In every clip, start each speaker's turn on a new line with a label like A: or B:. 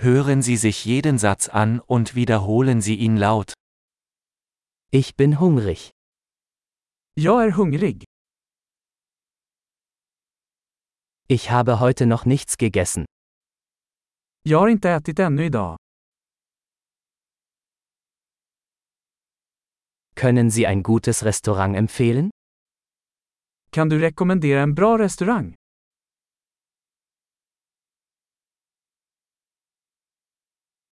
A: Hören Sie sich jeden Satz an und wiederholen Sie ihn laut.
B: Ich bin hungrig.
C: Jag är hungrig.
B: Ich habe heute noch nichts gegessen.
C: Jag har inte ätit ännu idag.
B: Können Sie ein gutes Restaurant empfehlen?
C: Kan du rekommendera en bra restaurang?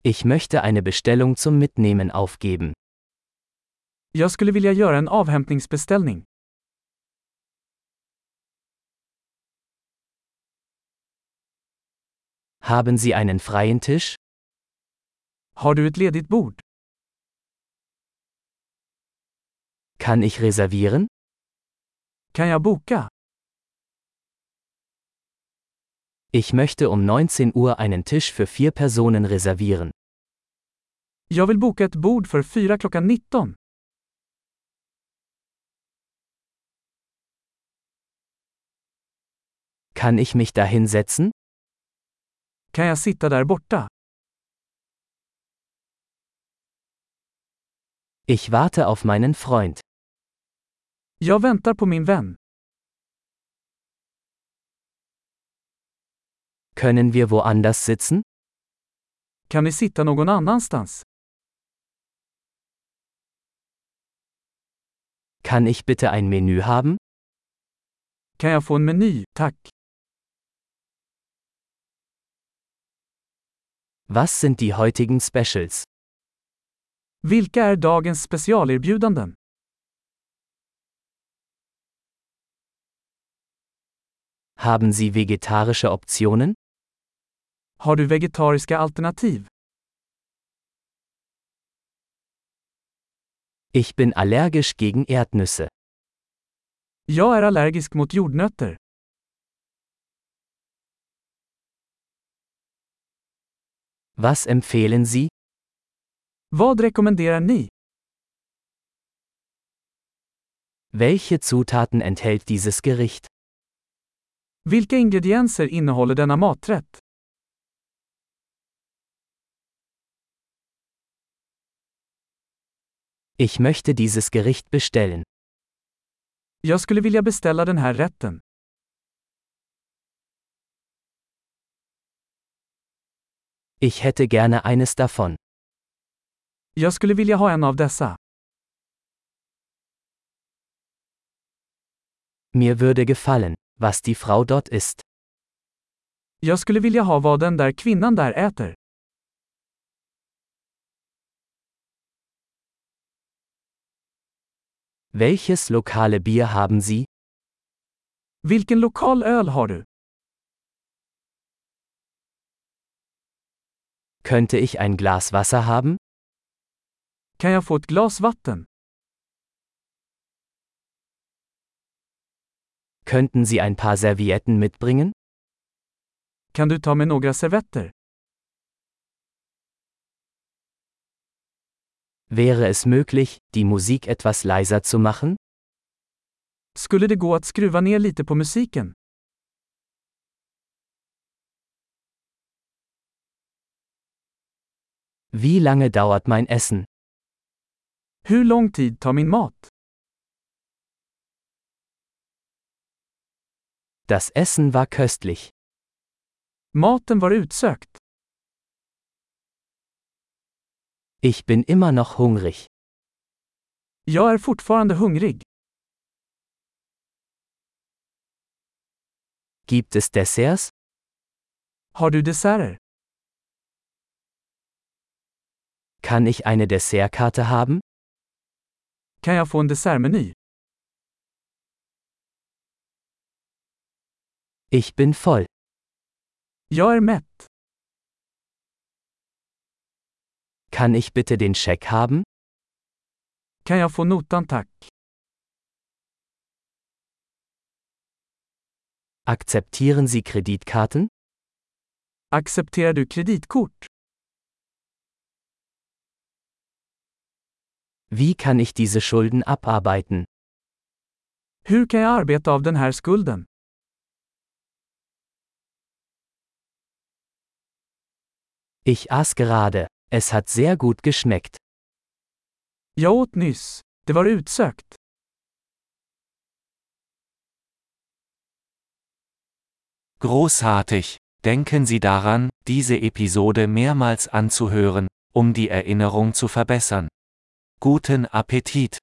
B: Ich möchte eine Bestellung zum Mitnehmen aufgeben.
C: Jag skulle vilja göra en avhämtningsbeställning.
B: Haben Sie einen freien Tisch?
C: Har du ett ledigt bord?
B: Kann ich reservieren?
C: Kan jag boka?
B: Ich möchte um 19 Uhr einen Tisch für vier Personen reservieren.
C: Jag vill boka ett bord för fyra klockan 19.
B: Kann ich mich dahin setzen?
C: Kan jag sitta där borta?
B: Ich warte auf meinen Freund.
C: Jag väntar på min vän.
B: Können wir woanders sitzen?
C: Kan vi sitta någon annanstans?
B: Kann ich bitte ein Menü haben?
C: Kan jag få en meny, tack?
B: Was sind die heutigen Specials?
C: Vilka är dagens specialerbjudanden?
B: Haben Sie vegetarische Optionen?
C: Har du vegetariska alternativ?
B: Ich bin allergisch gegen Erdnüsse.
C: Jag är allergisk mot jordnötter.
B: Was empfehlen Sie?
C: Vad rekommenderar ni?
B: Welche Zutaten enthält dieses Gericht?
C: Vilka ingredienser innehåller denna maträtt?
B: Ich möchte dieses Gericht bestellen.
C: Jag skulle vilja beställa den här rätten.
B: Ich hätte gerne eines davon.
C: Jag skulle vilja ha en av dessa.
B: Mir würde gefallen, was die Frau dort isst.
C: Jag skulle vilja ha vad den där kvinnan där äter.
B: Welches lokale Bier haben Sie?
C: Vilken lokal öl har du?
B: Könnte ich ein Glas Wasser haben?
C: Kan jag få ett glas vatten?
B: Könnten Sie ein paar Servietten mitbringen?
C: Kan du ta med några servetter?
B: Wäre es möglich, die Musik etwas leiser zu machen?
C: Skulle det gå att skruva ner lite på musiken?
B: Wie lange dauert mein Essen?
C: Hur lång tid tar min mat?
B: Das Essen war köstlich.
C: Maten var utsökt.
B: Ich bin immer noch hungrig.
C: Jag är fortfarande hungrig.
B: Gibt es Desserts?
C: Har du desserter?
B: Kann ich eine Dessertkarte haben?
C: Kan jag få en dessertmeny?
B: Ich bin voll.
C: Jag är mätt.
B: Kann ich bitte den Scheck haben?
C: Kan jag få notan tack?
B: Akzeptieren Sie Kreditkarten?
C: Accepterar du kreditkort?
B: Wie kann ich diese Schulden abarbeiten?
C: Hur kan jag arbeta av den här skulden?
D: Ich aß gerade. Es hat sehr gut geschmeckt.
C: Jag åt nyss. Det var utsökt.
B: Großartig! Denken Sie daran, diese Episode mehrmals anzuhören, um die Erinnerung zu verbessern. Guten Appetit!